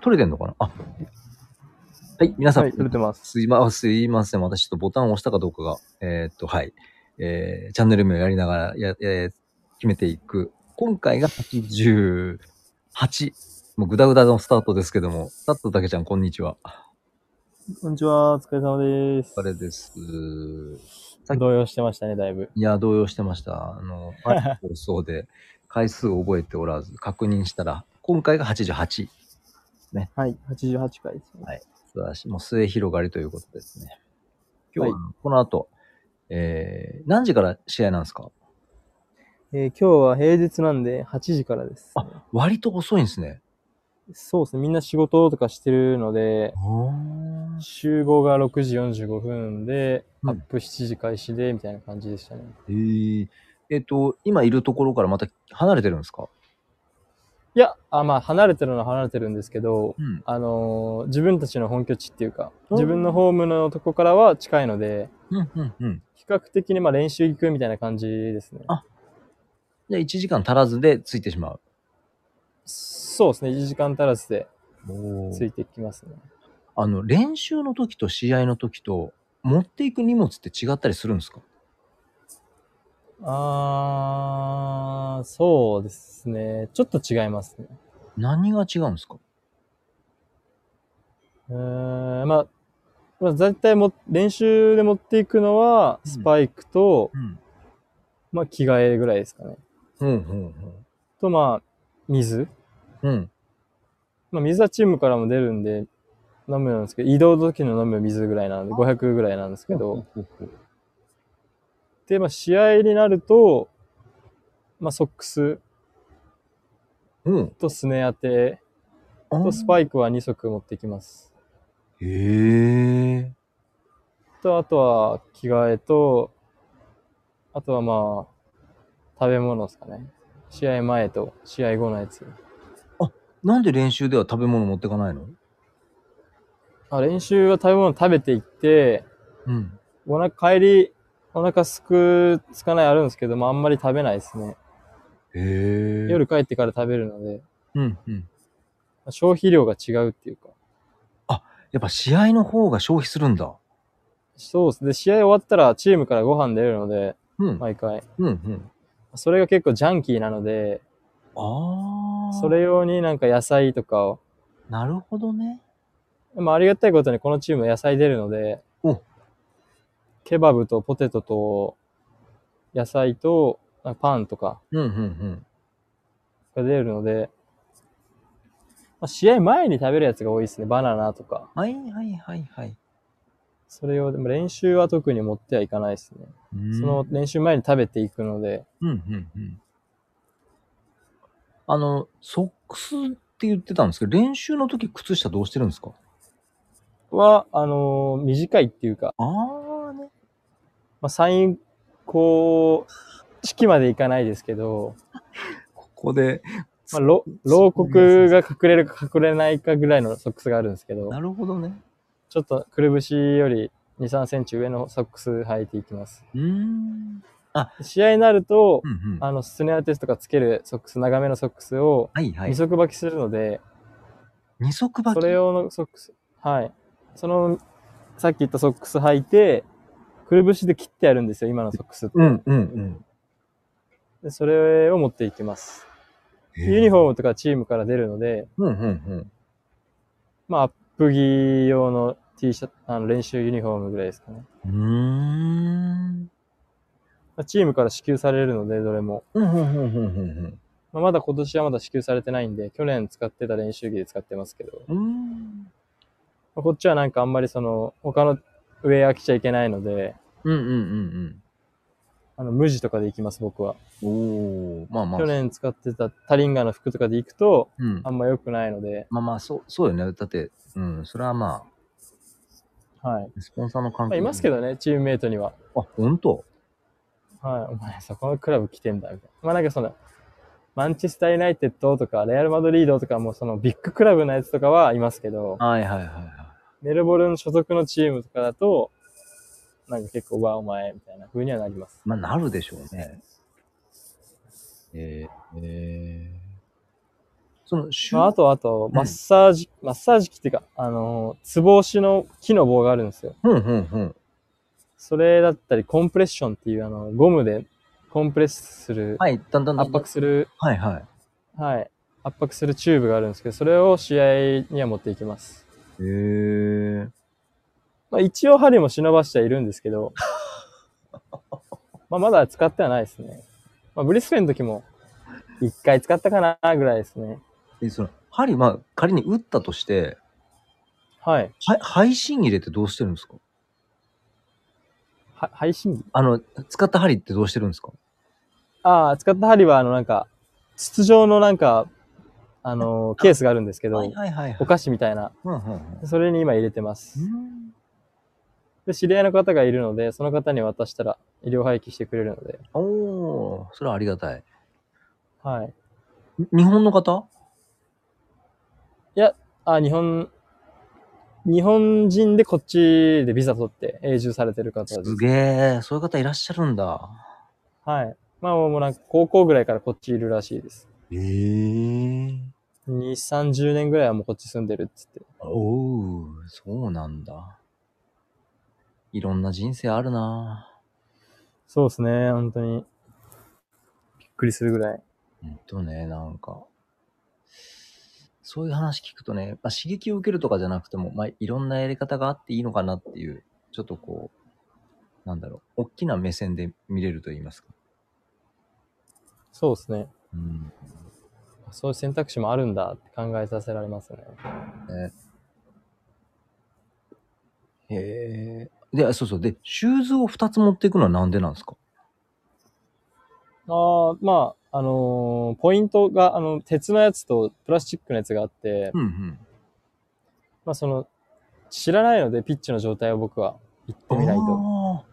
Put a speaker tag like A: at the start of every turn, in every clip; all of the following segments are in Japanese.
A: 取れてんのかなあ。はい、皆さん、
B: はい、撮れてます。
A: すいま、すいません。私ちょっとボタンを押したかどうかが、えーっと、はい。えー、チャンネル名をやりながら、や、えー決めていく。今回が88。もうグダグダのスタートですけども。スタットだけちゃん、こんにちは。
B: こんにちは、お疲れ様です。
A: あれです。
B: 動揺してましたね、だいぶ。
A: いや、動揺してました。あの、 前の放送で回数を覚えておらず、確認したら、今回が88。
B: はい、88回です、ね
A: はい素晴らしい。もう末広がりということですね。今日は、この後、えー、何時から試合なんですか
B: えー今日は平日なんで8時からです、
A: 割と遅いんですね。
B: そうですね、みんな仕事とかしてるので、集合が6時45分で、
A: うん
B: アップ7時開始で、みたいな感じでしたね。
A: えー、えっ、と、今いるところからまた離れてるんですか
B: いや、あまあ、離れてるのは離れてるんですけど、
A: うん。
B: あのー自分たちの本拠地っていうか、
A: うん
B: 自分のホームのとこからは近いので、
A: うん、うん、うん。
B: 比較的にまあ練習行くみたいな感じですね。
A: あじゃあ1時間足らずで着いてしまう。
B: そうですね、1時間足らずでついてきますね。
A: あの、練習の時と試合の時と、持っていく荷物って違ったりするんですか
B: あー、そうですね。ちょっと違いますね。
A: 何が違うんですか
B: うーん、まあ、まあ、大体も、練習で持っていくのは、
A: うん
B: スパイクと、
A: うん。
B: まあ、着替えぐらいですかね。
A: うん、うん、
B: と、まあ、水。
A: うん。うん。
B: まあ、水はチームからも出るんで、飲むんですけど、移動の時の飲む水ぐらいなんで、500ぐらいなんですけど、
A: ほうほうほ
B: で、まあ、試合になると、まあ、ソックス
A: う、うん。
B: とすね当て
A: あ
B: と
A: ー
B: スパイクは2足持ってきます。
A: へえ。
B: と、あとは着替えと、あとはまあ、食べ物ですかね。試合前と試合後のやつ。
A: なんで練習では食べ物持ってかないの
B: あ練習は食べ物食べていって、
A: うん。
B: お腹帰り、お腹すく、つかないあるんですけど、まああんまり食べないですね。
A: へえ。。
B: 夜帰ってから食べるので、
A: うん、うん。
B: まあ消費量が違うっていうか。
A: やっぱ試合の方が消費するんだ。
B: そうですね。試合終わったらチームからご飯出るので、
A: うん。
B: 毎回。
A: うん、うん。
B: それが結構ジャンキーなので、
A: ああ。
B: そ。れ用になんか野菜とかを、
A: なるほどね。
B: まあ、ありがたいことにこのチームは野菜出るので
A: お、
B: ケバブとポテトと野菜となんかパンとか
A: うん、うん、うん。
B: が出るので、まあ、試合前に食べるやつが多いですね。バナナとか。
A: はい、はい、はい、はい。
B: それを、でも練習は特に持ってはいかないですね。
A: うん
B: その練習前に食べていくので、
A: うんうんうん。あの、ソックスって言ってたんですけど、練習の時靴下どうしてるんですか
B: は、あのー短いっていうか、
A: ああね。
B: まあ、参考式までいかないですけど、
A: ここで。
B: まあ、ろ牢獄が隠れるか隠れないかぐらいのソックスがあるんですけど、
A: なるほどね。
B: ちょっとくるぶしより2、3センチ上のソックス履いていきます。
A: うーん。
B: 試合になると
A: う、んうん。は
B: あの、スネアテスとかつけるソックス、長めのソックスを
A: いはい
B: 二。足履きするので、
A: 二足履き。
B: それ用のソックス、はい。その、さっき言ったソックス履いて、くるぶしで切ってやるんですよ、今のソックスって。
A: うんうんうん。
B: でそれを持っていきます。ユニフォームとかチームから出るので、
A: ム。うんうん
B: まあ、アップ着用の T シャツ、あの練習ユニフォームぐらいですかね。
A: うん。う
B: まあチームから支給されるので、どれも。
A: ーん。うんうんうんうんうん
B: まあ、まだ今年はまだ支給されてないんで、去年使ってた練習着で使ってますけど、
A: うん。うーん。
B: まあこっちはなんかあんまりその、他のウェア着ちゃいけないので、
A: うんうんうん
B: あの、無地とかで行きます、僕は。
A: うん。おー。まあまあ。
B: 去年使ってたタリンガの服とかで行くと、
A: うん。
B: あんま良くないので、
A: まあまあ、そう、そうよね。だって、うん、それはま
B: はい。
A: あ、スポンサーの関
B: ま
A: 係
B: あ、いますけどね、チームメイトには。
A: ど。あ、ほんと
B: はい、お前そこのクラブ来てんだ、みたいな。まあなんかその、マンチェスターユナイテッドとか、レアル・マドリードとかもそのビッグクラブのやつとかはいますけど、
A: はいはいはいはい。
B: メルボルン所属のチームとかだと、なんか結構、うわ、お前、みたいな風にはなります。
A: まあ、なるでしょうね。えーえー、その、シュ
B: まあ、あと、あと、マッサージ、マッサージ機っていうか、あの、つぼ押しの木の棒があるんですよ。
A: うんうんうん。
B: それだったり、コンプレッションっていう、あの、ゴムでコンプレスする、
A: はい、だんだんだんだん。
B: 圧迫する、
A: はいはい。
B: はい、圧迫するチューブがあるんですけど、それを試合には持っていきます。
A: へえ。
B: まあ、一応針も忍ばしてはいるんですけど、 まあ、まだ使ってはないですね。まあ、ブリスベンの時も、一回使ったかな、ぐらいですね。
A: え、その、針、まあ、仮に打ったとして、
B: はい。
A: は配信入れってどうしてるんですか
B: は配信機
A: あの、使った針ってどうしてるんですか
B: ああ、使った針は、あの、なんか、筒状のなんか、あのーケースがあるんですけど、
A: はいはいはいはい。
B: お菓子みたいな。
A: うんうんうん
B: それに今入れてます。
A: うん
B: で、知り合いの方がいるので、その方に渡したら医療廃棄してくれるので、
A: おー、それはありがたい。
B: はい。
A: に日本の方
B: あ、日本、日本人でこっちでビザ取って永住されてる方です
A: す。げえ、そういう方いらっしゃるんだ。
B: はい。まあもうなんか高校ぐらいからこっちいるらしいです。
A: へえ。
B: 2、30年ぐらいはもうこっち住んでるっつって。
A: おう、そうなんだ。いろんな人生あるな
B: そうですね、本当に。びっくりするぐらい。
A: ほんとね、なんか。そういう話聞くとね、まあ、刺激を受けるとかじゃなくても、まあ、いろんなやり方があっていいのかなっていう、ちょっとこう、なんだろう、大きな目線で見れると言いますか。
B: そうですね。
A: うん。
B: そういう選択肢もあるんだって考えさせられますね。
A: へえ。で、あそうそう。で、シューズを2つ持っていくのはなんでなんですか
B: ああ、まあ、あのーポイントが、あの、鉄のやつとプラスチックのやつがあって、
A: うんうん。
B: まあ、その、知らないので、ピッチの状態を僕は行ってみないと。
A: と。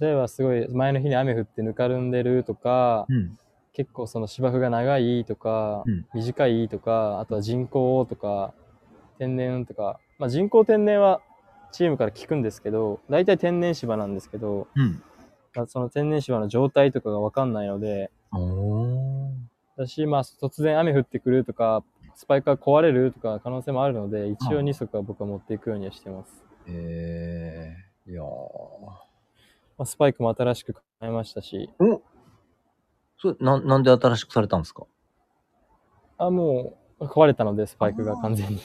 B: 例えば、すごい、前の日に雨降ってぬかるんでるとか、
A: うん。
B: 結構その芝生が長いとか、
A: うん
B: 短いとか、あとは人工とか、天然とか、まあ、人工天然はチームから聞くんですけど、大体天然芝なんですけど、
A: うん。
B: まあその天然芝の状態とかがわかんないので、
A: おー。
B: だし、まあ、突然雨降ってくるとか、スパイクが壊れるとか可能性もあるので、一応
A: うん
B: 2足は僕は持っていくようにはしてます。
A: ええいやー
B: まあ、スパイクも新しく買いましたし、
A: それな、なんで新しくされたんですか
B: あ、もう壊れたので、スパイクが完全に。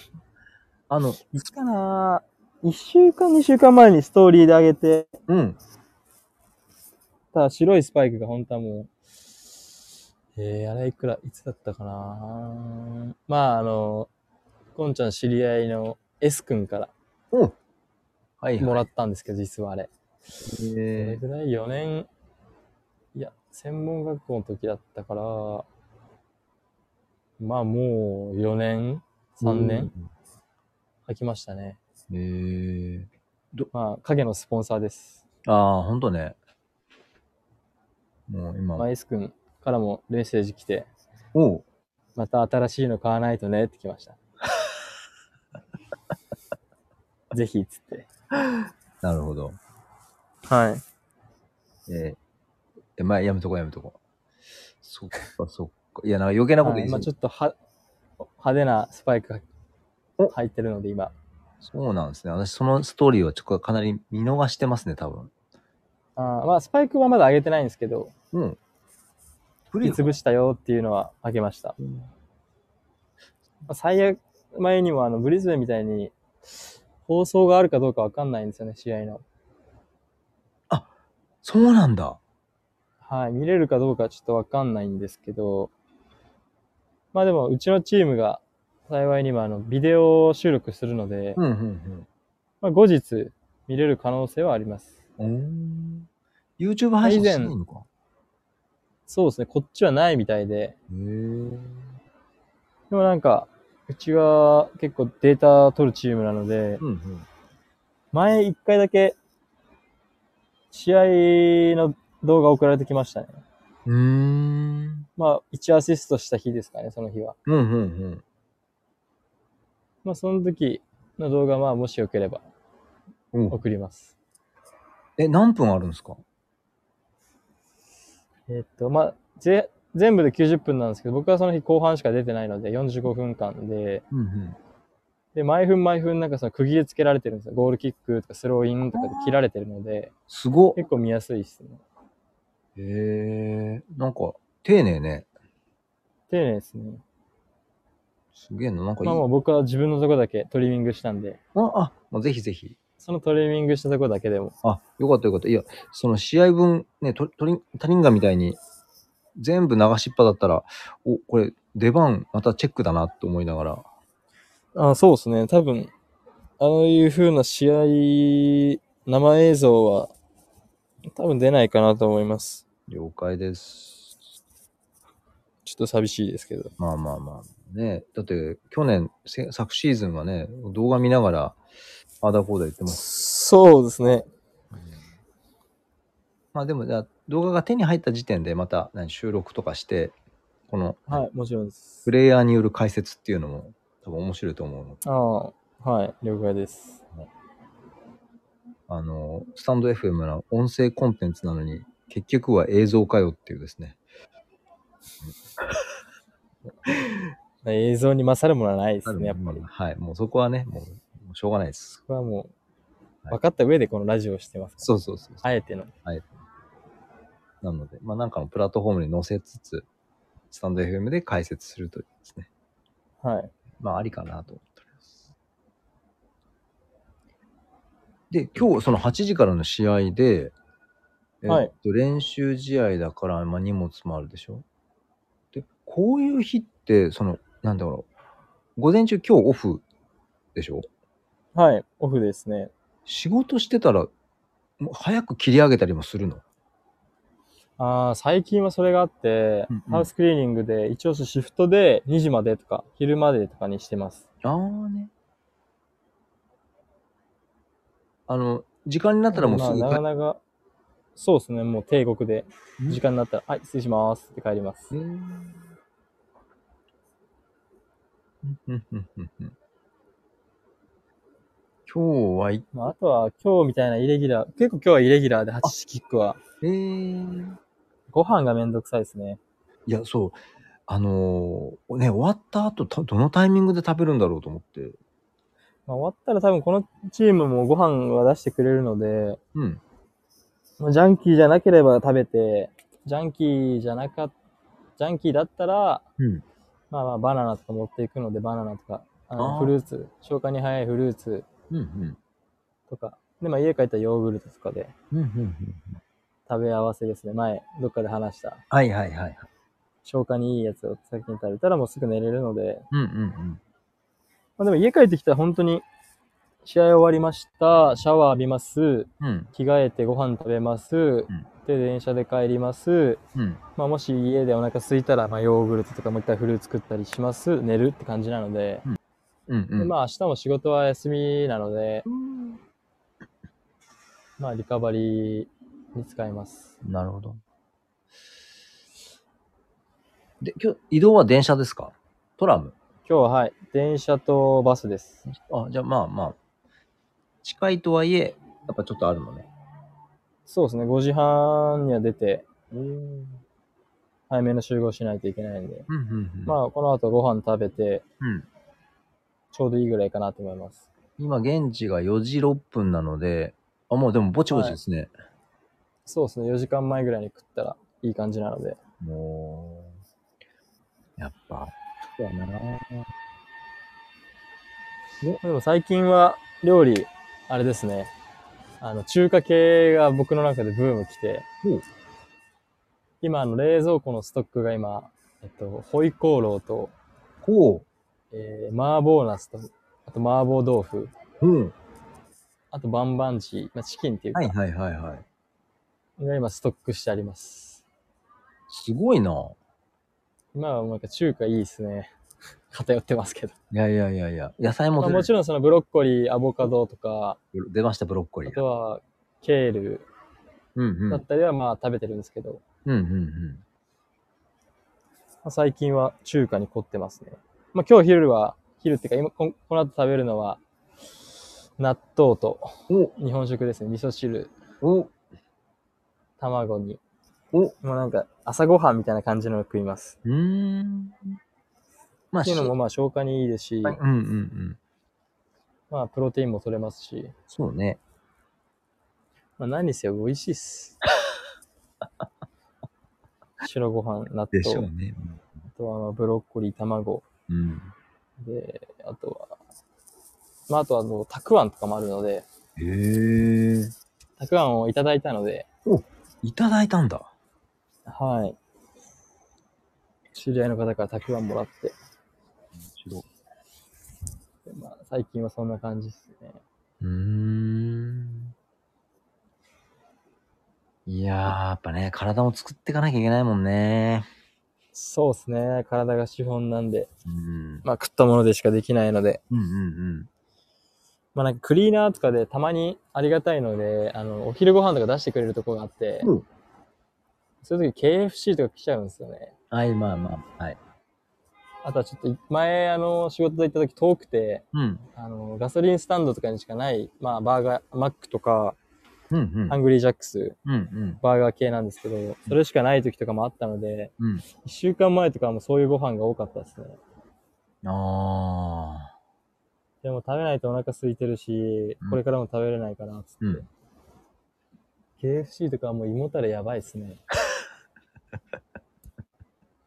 A: あの、
B: いつかな1週間、2週間前にストーリーで上げて
A: うん。
B: た白いスパイクが本当はもう、えー、あれいくら、いつだったかなまあ、あの、こんちゃん知り合いの S 君から
A: おはいはい。
B: もらったんですけど、実はあれ。どれ
A: え
B: ぐらい ?4 年、いや、専門学校の時だったから、まあもう4年、3年履きましたね。
A: えー。
B: まあ、影のスポンサーです。
A: ああ、ほんとね。もう今、
B: マイス君からもメッセージ来て、
A: おう
B: また新しいの買わないとねって来ました。 ぜひ、つって。
A: なるほど。
B: はい。
A: えーえ、まあ、やめとこうやめとこう。そっかそっか。いや、なんか余計なこと言い
B: ま
A: そう
B: あ、ちょっとは派手なスパイク
A: お
B: 入ってるので、今。
A: そうなんですね。私、そのストーリーをちょっとかなり見逃してますね、多分。
B: あーまあ、スパイクはまだ上げてないんですけど、
A: うん。フ
B: 振り潰したよっていうのは上げました。
A: うん
B: まあ最悪前にもあのブリズベンみたいに放送があるかどうかわかんないんですよね、試合の。
A: そうなんだ。
B: はい、見れるかどうかちょっとわかんないんですけど、まあでもうちのチームが幸いにもあのビデオ収録するので、
A: うんうん
B: まあ、後日見れる可能性はあります。
A: うん。おー YouTube 配信してないのか。
B: そうですね、こっちはないみたいで、
A: へえ。
B: でもなんか、うちは結構データ取るチームなので、
A: うんうん。
B: 前一回だけ試合の動画送られてきましたね。
A: うーん。
B: まあ、1アシストした日ですかね、その日は。
A: うんうんうん。
B: まあ、その時の動画、まあ、もしよければ
A: おう
B: 送ります。
A: え、何分あるんですか
B: えっと、まあ、前全部で90分なんですけど、僕はその日後半しか出てないので、45分間で、
A: うんうん。
B: で、毎分毎分なんかその区切りつけられてるんですよ。ゴールキックとかスローインとかで切られてるので、
A: すごっ。
B: 結構見やすいですね。
A: へえ。なんか、丁寧ね。
B: 丁寧ですね。
A: すげえな。なんかいい。
B: まあもう僕は自分のとこだけトリミングしたんで、
A: あ、あ、まあ、ぜひぜひ。
B: そのトリミングしたとこだけでも、
A: あ、よかったよかった。いや、その試合分、ね、ととりタリンガみたいに、全部流しっぱだったら、お、これ、出番、またチェックだなって思いながら。
B: あそうですね。多分、ああいう風な試合、生映像は、多分出ないかなと思います。
A: 了解です。
B: ちょっと寂しいですけど。
A: まあまあまあ。ね、だって、去年、せ昨シーズンはね、動画見ながら、あーだこうだ言ってます。
B: そうですね。
A: まあでも、じゃあ動画が手に入った時点で、また、何収録とかして、この、
B: はい、もちろんです
A: プ。レイヤーによる解説っていうのも、多分面白いと思うので
B: ああ、はい、了解です。
A: あの、スタンド FM の音声コンテンツなのに、結局は映像かよっていうですね。
B: 映像に勝るものはないですね、やっぱり。
A: はい。もうそこはね、もう、もうしょうがないです。
B: 僕はもう、
A: はい
B: 分かった上でこのラジオをしてますから。
A: そうそうそうそう
B: あえての。
A: なので、まあなんかのプラットフォームに載せつつ、スタンド FM で解説するというですね。
B: はい。
A: まあありかなと思っております。で、今日その8時からの試合で、えっと、
B: はい
A: 練習試合だから、まあ荷物もあるでしょ。で、こういう日って、その、なんだろう、午前中今日オフでしょ
B: はい、オフですね。
A: 仕事してたら、もう早く切り上げたりもするの。
B: ああ、最近はそれがあって、
A: うんうん
B: ハウスクリーニングで、一応シフトで2時までとか、昼までとかにしてます。
A: ああね。あの、時間になったらもうすぐ
B: まあ
A: 帰
B: なかなか、そうですね、もう帝国で、
A: うん
B: 時間になったら、はい、失礼しますって帰ります。
A: うんうんうんうんうん今日は、い
B: まあ、あとは、今日みたいなイレギュラー、結構今日はイレギュラーで8時キックは、
A: えー、
B: ご飯がめんどくさいですね。
A: いや、そう、あのーね、終わった後、たどのタイミングで食べるんだろうと思って。
B: まあ、終わったら多分このチームもご飯は出してくれるので、
A: うん。
B: まあ、ジャンキーじゃなければ食べて、ジャンキーじゃなかっジャンキーだったら、
A: うん。
B: まあまあバナナとか持っていくので、バナナとか、あ
A: あ
B: の
A: ー
B: フルーツ、消化に早いフルーツ
A: うんうん。
B: とか、で、まあ家帰ったらヨーグルトとかで
A: うんうんうん。
B: 食べ合わせですね。前、どっかで話した。
A: はいはいはい。
B: 消化にいいやつを先に食べたらもうすぐ寝れるので、
A: うんうんうん。
B: まあ、でも家帰ってきたら本当に試合終わりました、シャワー浴びます、
A: うん
B: 着替えてご飯食べます、
A: ん
B: で、電車で帰ります、
A: うん。
B: まあ、もし家でお腹空いたら、まあ、ヨーグルトとかもう一回フルーツ食ったりします、寝るって感じなので、
A: うんう
B: で
A: ん。
B: まあ明日も仕事は休みなので、まあリカバリーに使います。
A: なるほど。で、今日、移動は電車ですかトラム
B: 今日ははい、電車とバスです。
A: あ、じゃあまあまあ、近いとはいえ、やっぱちょっとあるのね。
B: そうですね、5時半には出て、早めの集合しないといけないんで、
A: うんうんうん。
B: まあこの後ご飯食べて、
A: うん
B: ちょうどいいぐらいかなと思います。
A: 今、現地が4時6分なので、あ、もうでもぼちぼちですね。
B: そうですね、4時間前ぐらいに食ったらいい感じなので。
A: もう、やっぱ、
B: ででも最近は料理、あれですね、あの中華系が僕の中でブーム来て
A: ほう、
B: 今あの冷蔵庫のストックが今、えっと、ホイコーローと、
A: こ
B: えー、麻婆茄子と、あと麻婆豆腐、
A: う、うん。
B: あとバンバンジー、まあ、チキンっていうか、
A: はいはいはいはい。
B: が今ストックしてあります。
A: すごいな。
B: 今はもうなんか中華いいですね。 偏ってますけど。
A: いやいやいやいや、野菜も
B: まあ、
A: 出,、
B: もちろんそのブロッコリー、アボカドとか、
A: 出ました、ブロッコリ
B: あ
A: ー。
B: とはケール
A: うんうん。う
B: だ
A: ん
B: ったりはまあ食べてるんですけど、
A: うんうん。
B: まあ最近は中華に凝ってますね。まあ今日昼は、昼っていうか今こんこの後食べるのは、納豆と
A: お
B: 日本食ですね。味噌汁、
A: お
B: 卵に
A: お
B: もうなんか、朝ごはんみたいな感じのを食います。
A: うーん。まあ、
B: っていうのも
A: し
B: まあ消化にいいですし、
A: はいうんうんうん。
B: まあプロテインも取れますし、
A: そうね。
B: まあ何にせよ美味しいっ す。白ご飯、納
A: でしょう
B: 豆、
A: ね。
B: あとはまあブロッコリー、卵、
A: うん。
B: で、あとは、まああとはあの、たくあんとかもあるので、
A: へえ。
B: たくあんをいただいたので、
A: いただいたんだ。
B: はい。知り合いの方からたくあんもらって、
A: 白。
B: でまあ最近はそんな感じですね。
A: うーん。いやー、やっぱね、体も作っていかなきゃいけないもんね。
B: そうですね。体が資本なんで、
A: うん。
B: まあ食ったものでしかできないので、
A: うんうん
B: まあなんかクリーナーとかでたまにありがたいので、あの、お昼ご飯とか出してくれるとこがあって、
A: うん
B: そういう時 KFC とか来ちゃうんですよね。
A: うん。はい、まあまあ。はい。
B: あとはちょっと前、あの、仕事で行った時遠くて、
A: うん。
B: あの、ガソリンスタンドとかにしかない、まあバーガー、マックとか、
A: うん
B: ハングリージャックス、
A: うん。うん
B: バーガー系なんですけど、それしかない時とかもあったので、
A: うん。うん。
B: 1週間前とかはもうそういうご飯が多かったですね。
A: ああ。
B: でも食べないとお腹空いてるし
A: うん、
B: これからも食べれないから、つって。
A: うん
B: KFC とかはもう胃もたれやばいですね。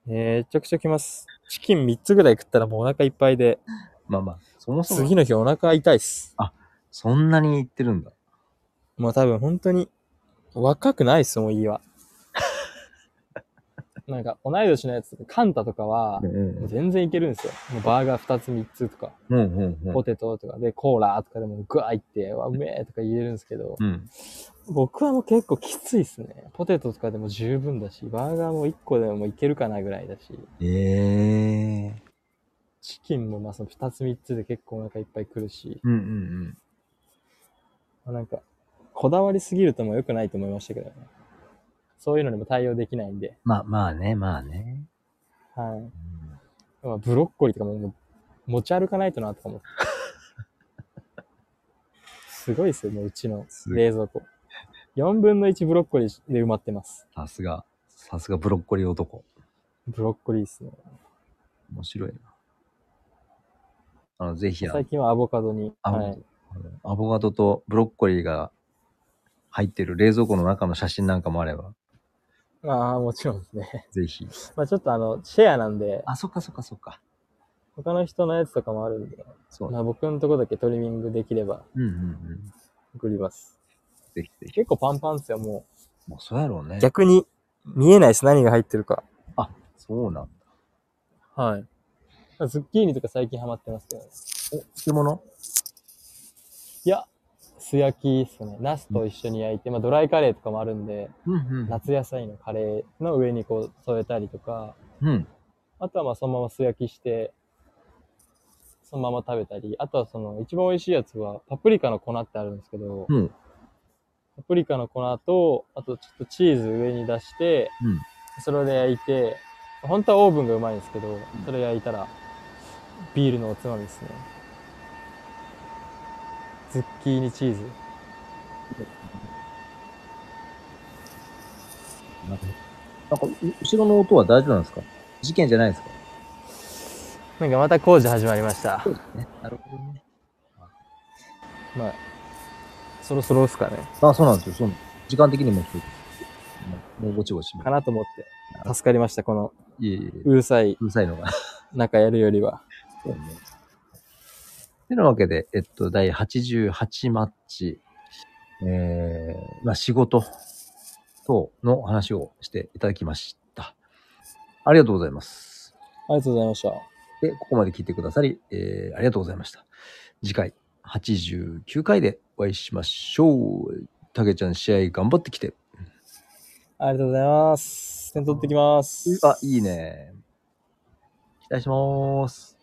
B: めちゃくちゃきます。チキン3つぐらい食ったらもうお腹いっぱいで、
A: まあまあ、そもそも
B: 次の日お腹痛いっす。
A: そんなに言ってるんだ。
B: もう多分本当に若くないっす、もう 胃は。なんか同い年のやつとか、カンタとかは
A: う、ん
B: 全然いけるんですよ。もうバーガー2つ3つとか、
A: うんうんうん
B: ポテトとかで、コーラとかでもグワーいって、うわ、うめえとか言えるんですけど、
A: うん。
B: 僕はもう結構きついっすね。ポテトとかでも十分だし、バーガーも1個でもいけるかなぐらいだし、
A: ええ。
B: チキンもまあその2つ3つで結構お腹いっぱい来るし、
A: うんうん
B: まあなんか、こだわりすぎるとも良くないと思いましたけどね。そういうのにも対応できないんで、
A: まあまあね、まあね。
B: はい。まあ、ブロッコリーとかももう持ち歩かないとなとか思って。すごいですよ、もううちの
A: す
B: 冷蔵庫。4分の1ブロッコリーで埋まってます。
A: さすが、さすがブロッコリー男。
B: ブロッコリーですね。
A: 面白いな。あの、ぜひ、あの
B: 最近はアボカドに。
A: アボカ
B: は
A: ド
B: い、
A: アボカドとブロッコリーが入ってる冷蔵庫の中の写真なんかもあれば、
B: ああ、もちろんですね。
A: ぜひ。
B: まあちょっとあの、シェアなんで、
A: あ、そっかそっかそっか。
B: 他の人のやつとかもあるんで、
A: そうね
B: ま。あ僕のとこだけトリミングできれば
A: うんうんうん。
B: 送ります。
A: ぜひぜひ。
B: 結構パンパンですよ、も
A: もうそうやろうね
B: う。。逆に見えないです、何が入ってるか。
A: そうなんだ。
B: はい。ズッキーニとか最近ハマってますけどね。
A: お、漬物
B: いや、素焼きですね。ナスと一緒に焼いて、まあドライカレーとかもあるんで、
A: うんうん
B: 夏野菜のカレーの上にこう添えたりとか、
A: うん。
B: あとはまあそのまま素焼きして、そのまま食べたり、あとはその一番美味しいやつはパプリカの粉ってあるんですけど、
A: うん。
B: パプリカの粉と、あとちょっとチーズ上に出して、
A: うん
B: それで焼いて、本当はオーブンがうまいんですけど、それ焼いたら、ビールのおつまみですね。ズッキーニチーズ。
A: なんか、なんかう後ろの音は大丈夫なんですか事件じゃないですか
B: なんかまた工事始まりました。
A: ね。なるほどね。
B: まあ、そろそろですかね。
A: あ、そうなんですよ。そう時間的にもちょっと、もうぼちぼち。
B: かなと思って。助かりました、この
A: いえいえ、
B: うるさいう
A: るさいのが。
B: 中やるよりは。
A: そうね。てなわけで、えっと、第88マッチ、えー、まあ、仕事等の話をしていただきました。ありがとうございます。
B: ありがとうございました。
A: で、ここまで聞いてくださり、えー、ありがとうございました。次回、89回でお会いしましょう。たけちゃん試合頑張ってきて。
B: ありがとうございます。点取ってきます。
A: あ、いいね。期待しまーす。